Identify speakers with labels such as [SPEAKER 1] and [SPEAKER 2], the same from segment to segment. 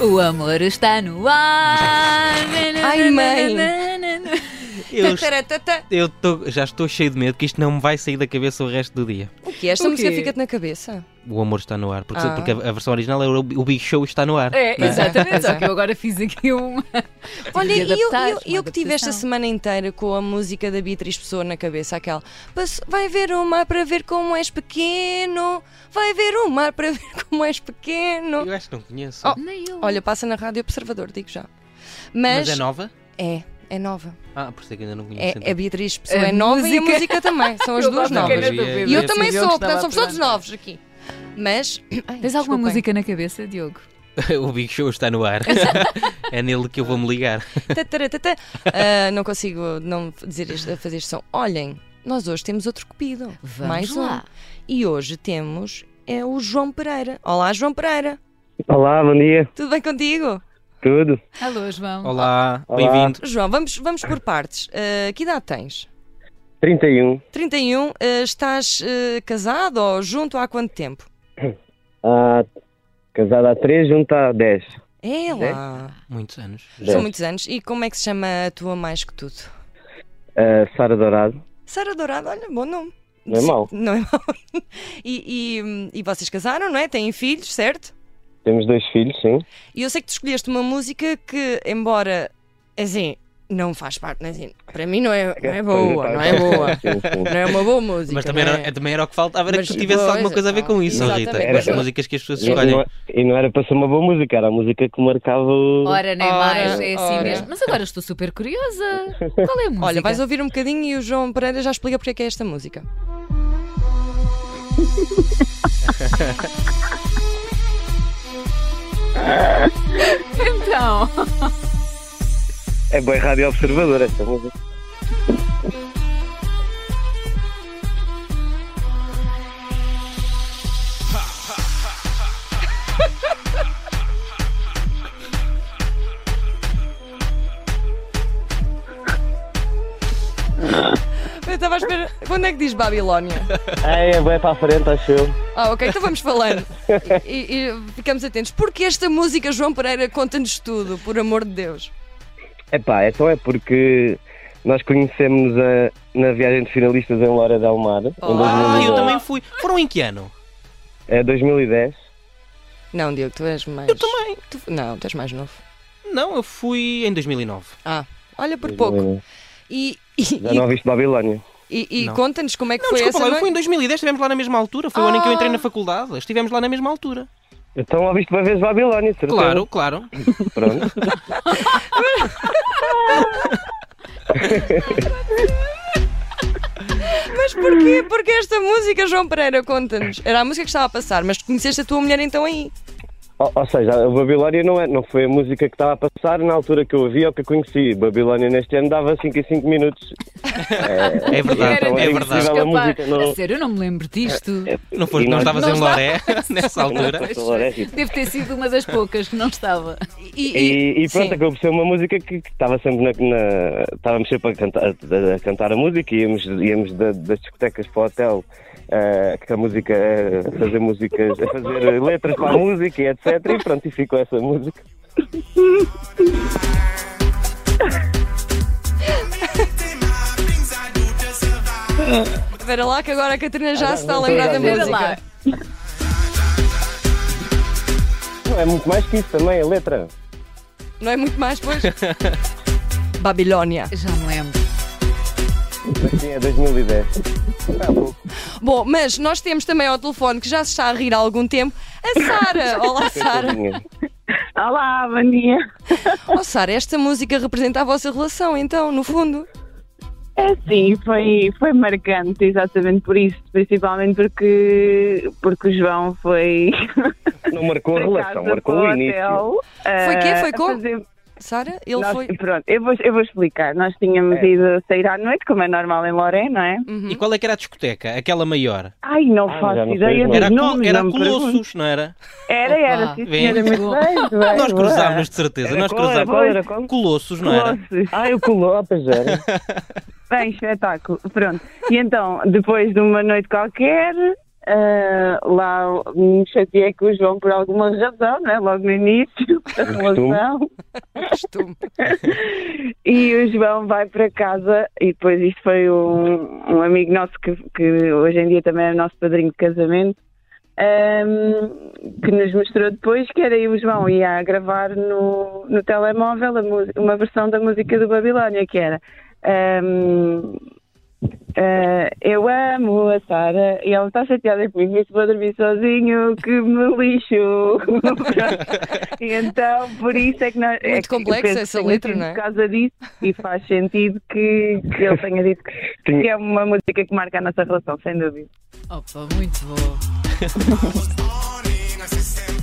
[SPEAKER 1] O amor está no ar.
[SPEAKER 2] Ai, mãe. Então,
[SPEAKER 3] Eu,
[SPEAKER 1] Tataratata.
[SPEAKER 3] eu tô- já estou cheio de medo que isto não me vai sair da cabeça o resto do dia.
[SPEAKER 2] O que é? Esta
[SPEAKER 1] O
[SPEAKER 2] música
[SPEAKER 1] quê?
[SPEAKER 2] fica-te na cabeça?
[SPEAKER 3] O amor está no ar, porque,
[SPEAKER 2] Ah.
[SPEAKER 3] porque a a versão original era o, o Big Show está no ar.
[SPEAKER 1] É,
[SPEAKER 3] não é?
[SPEAKER 1] exatamente.
[SPEAKER 2] Pois
[SPEAKER 1] Só
[SPEAKER 2] é.
[SPEAKER 1] que eu agora fiz aqui uma.
[SPEAKER 2] Olha,
[SPEAKER 1] Tive
[SPEAKER 2] e
[SPEAKER 1] de
[SPEAKER 2] eu,
[SPEAKER 1] adaptar,
[SPEAKER 2] eu-
[SPEAKER 1] uma
[SPEAKER 2] eu que tive esta
[SPEAKER 1] adaptação.
[SPEAKER 2] semana inteira com a música da Beatriz Pessoa na cabeça, aquela "Passo- Vai ver o mar para ver como és pequeno, vai ver o mar para ver como és pequeno.
[SPEAKER 3] Eu acho que não conheço.
[SPEAKER 2] Oh,
[SPEAKER 1] Nem eu.
[SPEAKER 2] Olha, passa na Rádio Observador, digo já. Mas,
[SPEAKER 3] mas... é nova?
[SPEAKER 2] é, é nova.
[SPEAKER 3] Ah, por isso é que ainda não conheço.
[SPEAKER 2] É,
[SPEAKER 3] então.
[SPEAKER 2] a Beatriz Pessoa
[SPEAKER 1] A
[SPEAKER 2] é nova e a
[SPEAKER 1] música-
[SPEAKER 2] música também, são as
[SPEAKER 1] Eu
[SPEAKER 2] duas
[SPEAKER 1] gosto da
[SPEAKER 3] Não,
[SPEAKER 2] novas.
[SPEAKER 1] cara
[SPEAKER 3] mas
[SPEAKER 1] do
[SPEAKER 3] ia-
[SPEAKER 1] Pedro.
[SPEAKER 2] E eu
[SPEAKER 3] ia-
[SPEAKER 2] também
[SPEAKER 1] Esse Diogo
[SPEAKER 2] sou,
[SPEAKER 1] estava
[SPEAKER 2] portanto somos todos
[SPEAKER 1] pronto.
[SPEAKER 2] novos aqui. Mas. Ai,
[SPEAKER 1] Tens alguma
[SPEAKER 2] desculpem.
[SPEAKER 1] música na cabeça, Diogo?
[SPEAKER 3] o Big Show está no ar. é nele que eu vou me ligar.
[SPEAKER 2] Tataratata. Ah, não consigo não dizer este, fazer este som. Olhem, nós hoje temos outro cupido.
[SPEAKER 1] Vamos
[SPEAKER 2] mais
[SPEAKER 1] lá.
[SPEAKER 2] um. E hoje temos é o João Pereira. Olá, João Pereira.
[SPEAKER 4] Olá, bom dia,
[SPEAKER 2] Tudo bem contigo?
[SPEAKER 4] tudo?
[SPEAKER 1] Alô,
[SPEAKER 2] Oh.
[SPEAKER 1] João.
[SPEAKER 3] Olá,
[SPEAKER 4] Olá.
[SPEAKER 3] bem-vindo.
[SPEAKER 2] João, vamos, vamos por partes. Ah, que idade tens?
[SPEAKER 4] 31,
[SPEAKER 2] 31. ah, estás ah, casado ou junto há quanto tempo?
[SPEAKER 4] ah, casado há 3, junto há 10.
[SPEAKER 2] É lá.
[SPEAKER 3] Muitos anos.
[SPEAKER 2] São
[SPEAKER 4] Dez.
[SPEAKER 2] muitos anos. E como é que se chama a tua mais que tudo?
[SPEAKER 4] Ah, Sara Dourado,
[SPEAKER 2] Sara Dourado, olha, bom nome.
[SPEAKER 4] Não é
[SPEAKER 2] Sim,
[SPEAKER 4] mau.
[SPEAKER 2] Não é mau. E, e, hum, e vocês casaram, não é? Têm filhos, certo?
[SPEAKER 4] temos dois filhos, sim.
[SPEAKER 2] E eu sei que tu escolheste uma música que, embora, assim, não faz parte, né, assim, para mim não é, não é boa, não é boa.
[SPEAKER 4] Sim, sim.
[SPEAKER 2] Não é uma boa música.
[SPEAKER 3] Mas também
[SPEAKER 2] não
[SPEAKER 3] era,
[SPEAKER 2] é?
[SPEAKER 3] também era o que faltava, era
[SPEAKER 2] Mas
[SPEAKER 3] que tu tivesse
[SPEAKER 2] depois,
[SPEAKER 3] alguma coisa a ver com isso,
[SPEAKER 2] exatamente.
[SPEAKER 3] Rita. Com as
[SPEAKER 4] Era-
[SPEAKER 3] músicas que as pessoas
[SPEAKER 2] é
[SPEAKER 4] E não, é,
[SPEAKER 3] escolhem.
[SPEAKER 4] e não era para ser uma boa música, era a música que marcava o...
[SPEAKER 1] Ora, nem
[SPEAKER 2] Ora,
[SPEAKER 1] mais. É assim
[SPEAKER 2] ora.
[SPEAKER 1] mesmo. Mas agora estou super curiosa. Qual é a música?
[SPEAKER 2] Olha, vais ouvir um bocadinho e o João Pereira já explica porque é que é esta música.
[SPEAKER 1] Então.
[SPEAKER 4] É boa rádio observador esta música.
[SPEAKER 2] Eu estava à espera. Quando é que diz Babilónia?
[SPEAKER 4] É, é bem para a frente, acho eu.
[SPEAKER 2] Ah, ok, então vamos falando. E, e ficamos atentos. Porque esta música, João Pereira, conta-nos tudo, por amor de Deus.
[SPEAKER 4] Epá, então é porque nós conhecemos a, na viagem de finalistas em Loura del Mar,
[SPEAKER 2] Oh.
[SPEAKER 4] em
[SPEAKER 3] Ah, eu
[SPEAKER 4] 2010.
[SPEAKER 3] também fui. Foram em que ano?
[SPEAKER 4] É 2010.
[SPEAKER 2] Não, Diogo, tu és mais.
[SPEAKER 3] Eu também.
[SPEAKER 2] Tu- Não, tu és mais novo.
[SPEAKER 3] Não, eu fui em 2009.
[SPEAKER 2] Ah, olha por pouco. E, e,
[SPEAKER 4] Já não ouviste Babilónia.
[SPEAKER 2] e- e- e
[SPEAKER 3] Não.
[SPEAKER 2] conta-nos como é que
[SPEAKER 3] Não,
[SPEAKER 2] foi
[SPEAKER 3] desculpa lá,
[SPEAKER 2] essa
[SPEAKER 3] eu fui
[SPEAKER 2] noite.
[SPEAKER 3] em 2010, estivemos lá na mesma altura. Foi o ano em que eu entrei na faculdade, estivemos lá na mesma altura.
[SPEAKER 4] Então ouviste uma vez Babilónia, de certeza.
[SPEAKER 3] Claro, claro.
[SPEAKER 4] Pronto.
[SPEAKER 2] Mas porquê? Porque esta música, João Pereira, conta-nos. Era a música que estava a passar, mas conheceste a tua mulher então aí.
[SPEAKER 4] Ou, ou seja, a Babilónia não, é, não foi a música que estava a passar na altura que eu ouvi ou que a conheci. Babilónia neste ano dava 5 em 5 minutos.
[SPEAKER 3] É verdade,
[SPEAKER 4] Então
[SPEAKER 3] é
[SPEAKER 4] era
[SPEAKER 3] verdade.
[SPEAKER 4] impossível a música
[SPEAKER 1] A
[SPEAKER 4] não.
[SPEAKER 1] sério, eu não me lembro disto.
[SPEAKER 3] Não, foste, não
[SPEAKER 4] Não
[SPEAKER 3] estavas em Loré nessa altura.
[SPEAKER 4] Não, não, não, é isso.
[SPEAKER 1] Deve ter sido uma das poucas que não estava.
[SPEAKER 2] E,
[SPEAKER 4] E, e pronto,
[SPEAKER 2] sim.
[SPEAKER 4] acabou por ser uma música que que estava sempre na. na- Estávamos sempre a cantar a, a cantar a música e íamos, íamos da- das discotecas para o hotel eh, com a música, a fazer músicas, a fazer letras para a música e etc. E pronto, e ficou essa música.
[SPEAKER 2] Espera lá que agora a Catarina já se está a lembrar da
[SPEAKER 1] Olha lá.
[SPEAKER 2] música.
[SPEAKER 4] Não, é muito mais que isso também, a letra.
[SPEAKER 2] Não é muito mais, pois? Babilónia.
[SPEAKER 1] Já me lembro.
[SPEAKER 4] Assim, é 2010. Está bom.
[SPEAKER 2] Bom, mas nós temos também ao telefone, que já se está a rir há algum tempo, a Sara. Olá, Sara.
[SPEAKER 4] Tadinha.
[SPEAKER 5] Olá, bom dia.
[SPEAKER 2] Oh, Sara, esta música representa a vossa relação, então, no fundo.
[SPEAKER 5] É sim, foi, foi marcante exatamente por isso, principalmente porque, porque o João foi
[SPEAKER 4] Não marcou a
[SPEAKER 5] para
[SPEAKER 4] relação,
[SPEAKER 5] casa
[SPEAKER 4] marcou
[SPEAKER 5] para
[SPEAKER 4] o início.
[SPEAKER 5] hotel,
[SPEAKER 2] Foi quê?
[SPEAKER 5] ah,
[SPEAKER 2] Foi
[SPEAKER 5] a
[SPEAKER 2] como?
[SPEAKER 5] fazer-
[SPEAKER 2] Sara, ele
[SPEAKER 5] nós-
[SPEAKER 2] foi.
[SPEAKER 5] Pronto, eu vou, eu vou explicar. Nós tínhamos
[SPEAKER 4] É.
[SPEAKER 5] ido sair à noite, como é normal em Loré, não é?
[SPEAKER 2] Hum.
[SPEAKER 3] E qual é que era a discoteca? Aquela maior?
[SPEAKER 5] Ai, não
[SPEAKER 4] Ah, já
[SPEAKER 5] faço
[SPEAKER 4] não sei
[SPEAKER 5] ideia
[SPEAKER 4] os
[SPEAKER 5] dos
[SPEAKER 3] Era, a Col-
[SPEAKER 5] nomes,
[SPEAKER 3] era a
[SPEAKER 5] não me pergunto.
[SPEAKER 3] Colossos, não era?
[SPEAKER 5] Era, era,
[SPEAKER 1] Opa.
[SPEAKER 5] sim,
[SPEAKER 3] Vem.
[SPEAKER 5] senhora, muito
[SPEAKER 1] Muito
[SPEAKER 5] bem, bem,
[SPEAKER 3] Nós
[SPEAKER 5] boa.
[SPEAKER 3] cruzámos, de certeza.
[SPEAKER 4] Era
[SPEAKER 3] Nós
[SPEAKER 4] qual, era
[SPEAKER 3] cruzámos.
[SPEAKER 4] qual, era qual?
[SPEAKER 3] Colossos, não era?
[SPEAKER 5] Colossos.
[SPEAKER 4] Ah, eu colou, ah, pois era.
[SPEAKER 5] Bem, espetáculo. Pronto. E então, depois de uma noite qualquer, ah, ah, lá me chateei com o João por alguma razão, né? logo no início da relação.
[SPEAKER 2] Costume.
[SPEAKER 5] E o João vai para casa e depois isto foi um, um amigo nosso que, que hoje em dia também é nosso padrinho de casamento ahm, que nos mostrou depois que era aí o João ia a gravar no, no telemóvel a mu- uma versão da música do Babilónia que era ahm, ah, eu amo a Sara e ela está chateada comigo, disse vou dormir sozinho, que me lixo. e então, por isso é que nós. é
[SPEAKER 2] Muito
[SPEAKER 5] que
[SPEAKER 2] complexa
[SPEAKER 5] eu penso
[SPEAKER 2] essa
[SPEAKER 5] que tenha
[SPEAKER 2] letra,
[SPEAKER 5] sido
[SPEAKER 2] não é?
[SPEAKER 5] Por causa disso, e faz sentido que, que ele tenha dito que,
[SPEAKER 4] Tinha-
[SPEAKER 5] que é uma música que marca a nossa relação, sem dúvida.
[SPEAKER 1] Opa, muito bom.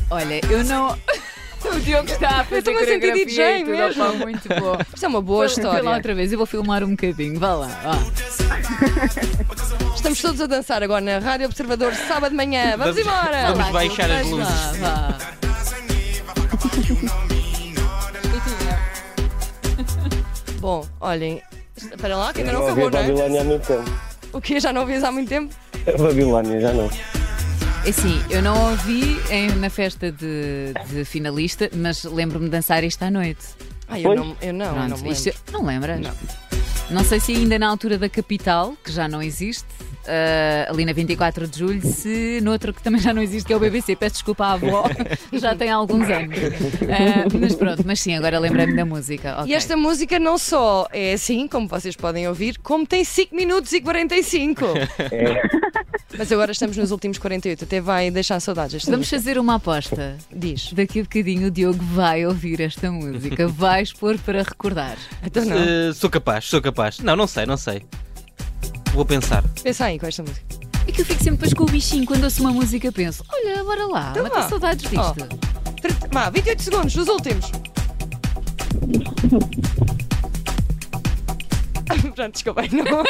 [SPEAKER 1] Olha, eu não. O Diogo está Tá a fazer
[SPEAKER 2] estou-me a sentir
[SPEAKER 1] coreografia
[SPEAKER 2] DJ
[SPEAKER 1] e tudo,
[SPEAKER 2] mesmo.
[SPEAKER 1] opa, muito bom.
[SPEAKER 2] Isto é uma boa
[SPEAKER 1] Foi- Foi lá
[SPEAKER 2] história.
[SPEAKER 1] outra vez, eu vou filmar um bocadinho, vá lá. ó.
[SPEAKER 2] Estamos todos a dançar agora na Rádio Observador, sábado de manhã. Vamos embora!
[SPEAKER 1] Vá lá,
[SPEAKER 3] baixar as
[SPEAKER 1] Diogo,
[SPEAKER 3] luzes.
[SPEAKER 1] Vá, vá.
[SPEAKER 2] Bom, olhem, para lá que ainda não
[SPEAKER 4] Não havia
[SPEAKER 2] acabou, não é?
[SPEAKER 4] Babilónia há muito tempo.
[SPEAKER 2] O que já não ouvias há muito tempo?
[SPEAKER 4] A Babilónia já não.
[SPEAKER 1] É Assim, eu não a ouvi em- na festa de, de finalista, mas lembro-me de dançar isto à noite.
[SPEAKER 2] Ai, eu
[SPEAKER 4] Pois.
[SPEAKER 2] não, eu não, eu não me
[SPEAKER 1] isto-
[SPEAKER 2] lembro.
[SPEAKER 1] não lembras? Não. sei se ainda na altura da capital, que já não existe, ah, ali na 24 de julho, se noutro que também já não existe, que é o BBC, peço desculpa à avó, já tem alguns anos. Ah, mas pronto, mas sim, agora lembrei-me da música. é- ok.
[SPEAKER 2] E esta música não só é assim, como vocês podem ouvir, como tem 5 minutos e 45.
[SPEAKER 4] É.
[SPEAKER 2] Mas agora estamos nos últimos 48, até vai deixar saudades. Esta
[SPEAKER 1] Vamos fazer uma aposta.
[SPEAKER 2] música. Diz.
[SPEAKER 1] Daqui a bocadinho o Diogo vai ouvir esta música, vai expor para recordar.
[SPEAKER 2] Então não.
[SPEAKER 3] Eh, sou capaz, sou capaz. Não, não sei, não sei. Vou pensar.
[SPEAKER 2] Pensa aí com esta música.
[SPEAKER 1] É que eu fico sempre depois com o bichinho quando ouço uma música penso: olha, bora lá,
[SPEAKER 2] Então
[SPEAKER 1] matei
[SPEAKER 2] vá. Oh.
[SPEAKER 1] saudades disto.
[SPEAKER 2] Tre- Vá, 28 segundos, os últimos. Pronto, desculpa, não.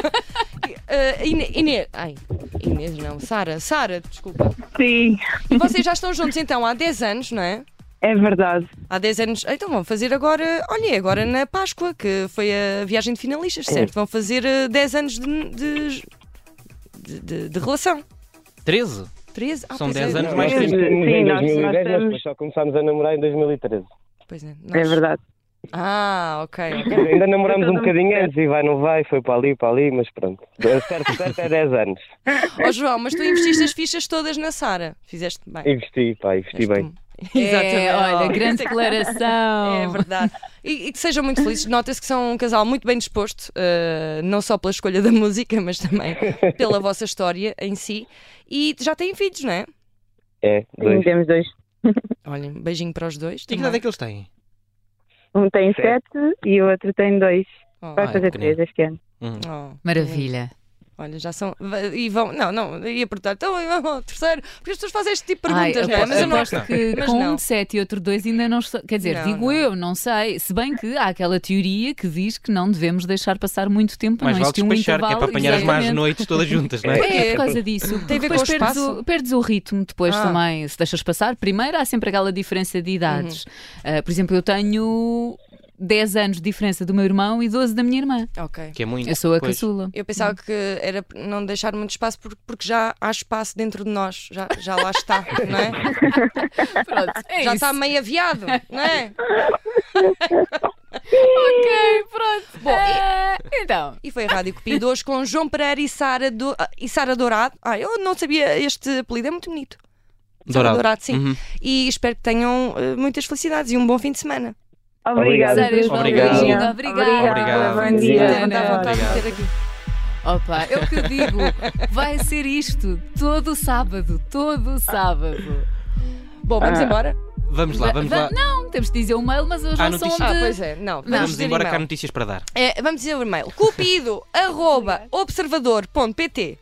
[SPEAKER 2] Eh, Ine- Inês. Ai, Inês não. Sara, Sara, desculpa.
[SPEAKER 5] Sim,
[SPEAKER 2] E vocês já estão juntos então há 10 anos, não é?
[SPEAKER 5] é verdade.
[SPEAKER 2] Há 10 anos. Então vão fazer agora, olha, agora na Páscoa, que foi a viagem de finalistas, certo? Vão fazer eh, 10 anos de, de, de- de- de relação.
[SPEAKER 3] 13?
[SPEAKER 2] 13? Ah,
[SPEAKER 3] São
[SPEAKER 2] pois
[SPEAKER 3] 10
[SPEAKER 2] é,
[SPEAKER 3] anos
[SPEAKER 2] não,
[SPEAKER 3] mais
[SPEAKER 4] nós
[SPEAKER 5] tempo.
[SPEAKER 4] conhecemos
[SPEAKER 5] Sim,
[SPEAKER 4] em
[SPEAKER 5] nós- nós
[SPEAKER 4] 2010, mas
[SPEAKER 5] temos-
[SPEAKER 4] depois só começámos a namorar em 2013.
[SPEAKER 2] Pois é, nós-
[SPEAKER 5] É verdade.
[SPEAKER 2] Ah, ok. ok.
[SPEAKER 4] Ainda namorámos um
[SPEAKER 5] Então não
[SPEAKER 4] bocadinho antes e vai, não vai, foi para ali, para ali, mas pronto. Certo, certo é 10 anos.
[SPEAKER 2] Ó Oh, João, mas tu investiste as fichas todas na Sara. Fizeste bem.
[SPEAKER 4] Investi, pá, investi
[SPEAKER 2] És tu.
[SPEAKER 4] bem.
[SPEAKER 1] É, olha, grande
[SPEAKER 2] É
[SPEAKER 1] declaração.
[SPEAKER 2] verdade. E, e que sejam muito felizes. Nota-se que são um casal muito bem disposto, eh, não só pela escolha da música, mas também pela vossa história em si. E já têm filhos, não é?
[SPEAKER 4] É,
[SPEAKER 5] Sim,
[SPEAKER 4] dois.
[SPEAKER 5] temos dois.
[SPEAKER 2] Olhem, beijinho para os dois.
[SPEAKER 3] E que
[SPEAKER 2] também.
[SPEAKER 3] idade é que eles têm?
[SPEAKER 5] Um tem
[SPEAKER 4] Certo.
[SPEAKER 5] sete e o outro tem dois.
[SPEAKER 2] Oh,
[SPEAKER 5] Vai
[SPEAKER 3] Ah, é
[SPEAKER 5] fazer
[SPEAKER 3] pequenino.
[SPEAKER 5] três este ano.
[SPEAKER 3] Hum.
[SPEAKER 2] oh,
[SPEAKER 1] Maravilha.
[SPEAKER 2] Olha, já são. va- E vão. Não, não, ia perguntar. Então, e vão ao terceiro. Porque as pessoas fazem este tipo de perguntas,
[SPEAKER 1] Ai,
[SPEAKER 2] não é? Mas eu não.
[SPEAKER 1] aposto que
[SPEAKER 2] Mas
[SPEAKER 1] com
[SPEAKER 2] não.
[SPEAKER 1] um de 7 e outro de 2 ainda não estou. Quer dizer,
[SPEAKER 2] Não,
[SPEAKER 1] digo
[SPEAKER 2] não.
[SPEAKER 1] eu, não sei. Se bem que há aquela teoria que diz que não devemos deixar passar muito tempo para
[SPEAKER 3] Mais
[SPEAKER 1] não
[SPEAKER 3] vale
[SPEAKER 1] existir um
[SPEAKER 3] despachar, que é
[SPEAKER 1] intervalo.
[SPEAKER 3] para apanhar as más
[SPEAKER 1] Exatamente.
[SPEAKER 3] noites todas juntas, não é?
[SPEAKER 1] É, por causa disso.
[SPEAKER 2] Tem a ver com
[SPEAKER 1] depois
[SPEAKER 2] o
[SPEAKER 1] perdes,
[SPEAKER 2] espaço?
[SPEAKER 1] o, perdes o ritmo depois
[SPEAKER 2] Ah.
[SPEAKER 1] também, se deixas passar. Primeiro há sempre aquela diferença de idades.
[SPEAKER 2] Uhum.
[SPEAKER 1] Ah, por exemplo, eu tenho 10 anos de diferença do meu irmão e 12 da minha irmã.
[SPEAKER 2] Ok.
[SPEAKER 3] Que é muito.
[SPEAKER 1] Eu sou a
[SPEAKER 3] pois.
[SPEAKER 1] caçula.
[SPEAKER 2] Eu pensava que era não deixar muito espaço porque, porque já há espaço dentro de nós, já, já lá está, não é?
[SPEAKER 1] Pronto, é
[SPEAKER 2] já tá
[SPEAKER 1] isso.
[SPEAKER 2] está meio aviado, não é?
[SPEAKER 1] Ok, pronto.
[SPEAKER 2] Bom, e-
[SPEAKER 1] Ah, então.
[SPEAKER 2] E foi a Rádio Cupido hoje com João Pereira e Sara, do... ah, e Sara Dourado. Ah, eu não sabia, este apelido é muito bonito. Sara
[SPEAKER 3] Dourado.
[SPEAKER 2] Dourado, sim.
[SPEAKER 3] Uhum.
[SPEAKER 2] E espero que tenham eh, mutas felicidades e um bom fim de semana.
[SPEAKER 5] Obrigada.
[SPEAKER 1] Sérias,
[SPEAKER 5] Deus,
[SPEAKER 3] Obrigado.
[SPEAKER 5] beijinho.
[SPEAKER 1] Obrigado.
[SPEAKER 5] Bom
[SPEAKER 3] Obrigado.
[SPEAKER 5] dia.
[SPEAKER 2] Não dá vontade de ter aqui.
[SPEAKER 1] Opa, é o que eu digo. Vai ser isto todo sábado, todo sábado.
[SPEAKER 2] Bom,
[SPEAKER 5] Ah.
[SPEAKER 2] vamos embora?
[SPEAKER 3] Vamos lá,
[SPEAKER 1] Va-
[SPEAKER 3] vamos
[SPEAKER 1] va-
[SPEAKER 3] lá.
[SPEAKER 1] Não, temos de dizer o mail, mas hoje
[SPEAKER 3] Ah,
[SPEAKER 1] não
[SPEAKER 3] não
[SPEAKER 1] são
[SPEAKER 3] disse.
[SPEAKER 1] onde.
[SPEAKER 2] Ah, pois é, não. Vamos
[SPEAKER 3] Vamos
[SPEAKER 2] dizer
[SPEAKER 3] embora que há
[SPEAKER 2] e-mail.
[SPEAKER 3] notícias para dar.
[SPEAKER 2] É, vamos dizer o e-mail. Cupido, arroba, observador.pt.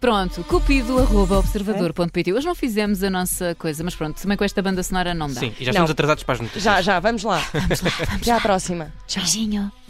[SPEAKER 1] Pronto,
[SPEAKER 2] É.
[SPEAKER 1] cupido.observador.pt. Hoje não fizemos a nossa coisa, mas pronto, também com esta banda sonora não dá.
[SPEAKER 3] Sim, e já
[SPEAKER 2] Não.
[SPEAKER 3] estamos atrasados para as notícias.
[SPEAKER 2] Já, já, vamos lá. Vamos lá, vamos Até à próxima.
[SPEAKER 1] Beijinho.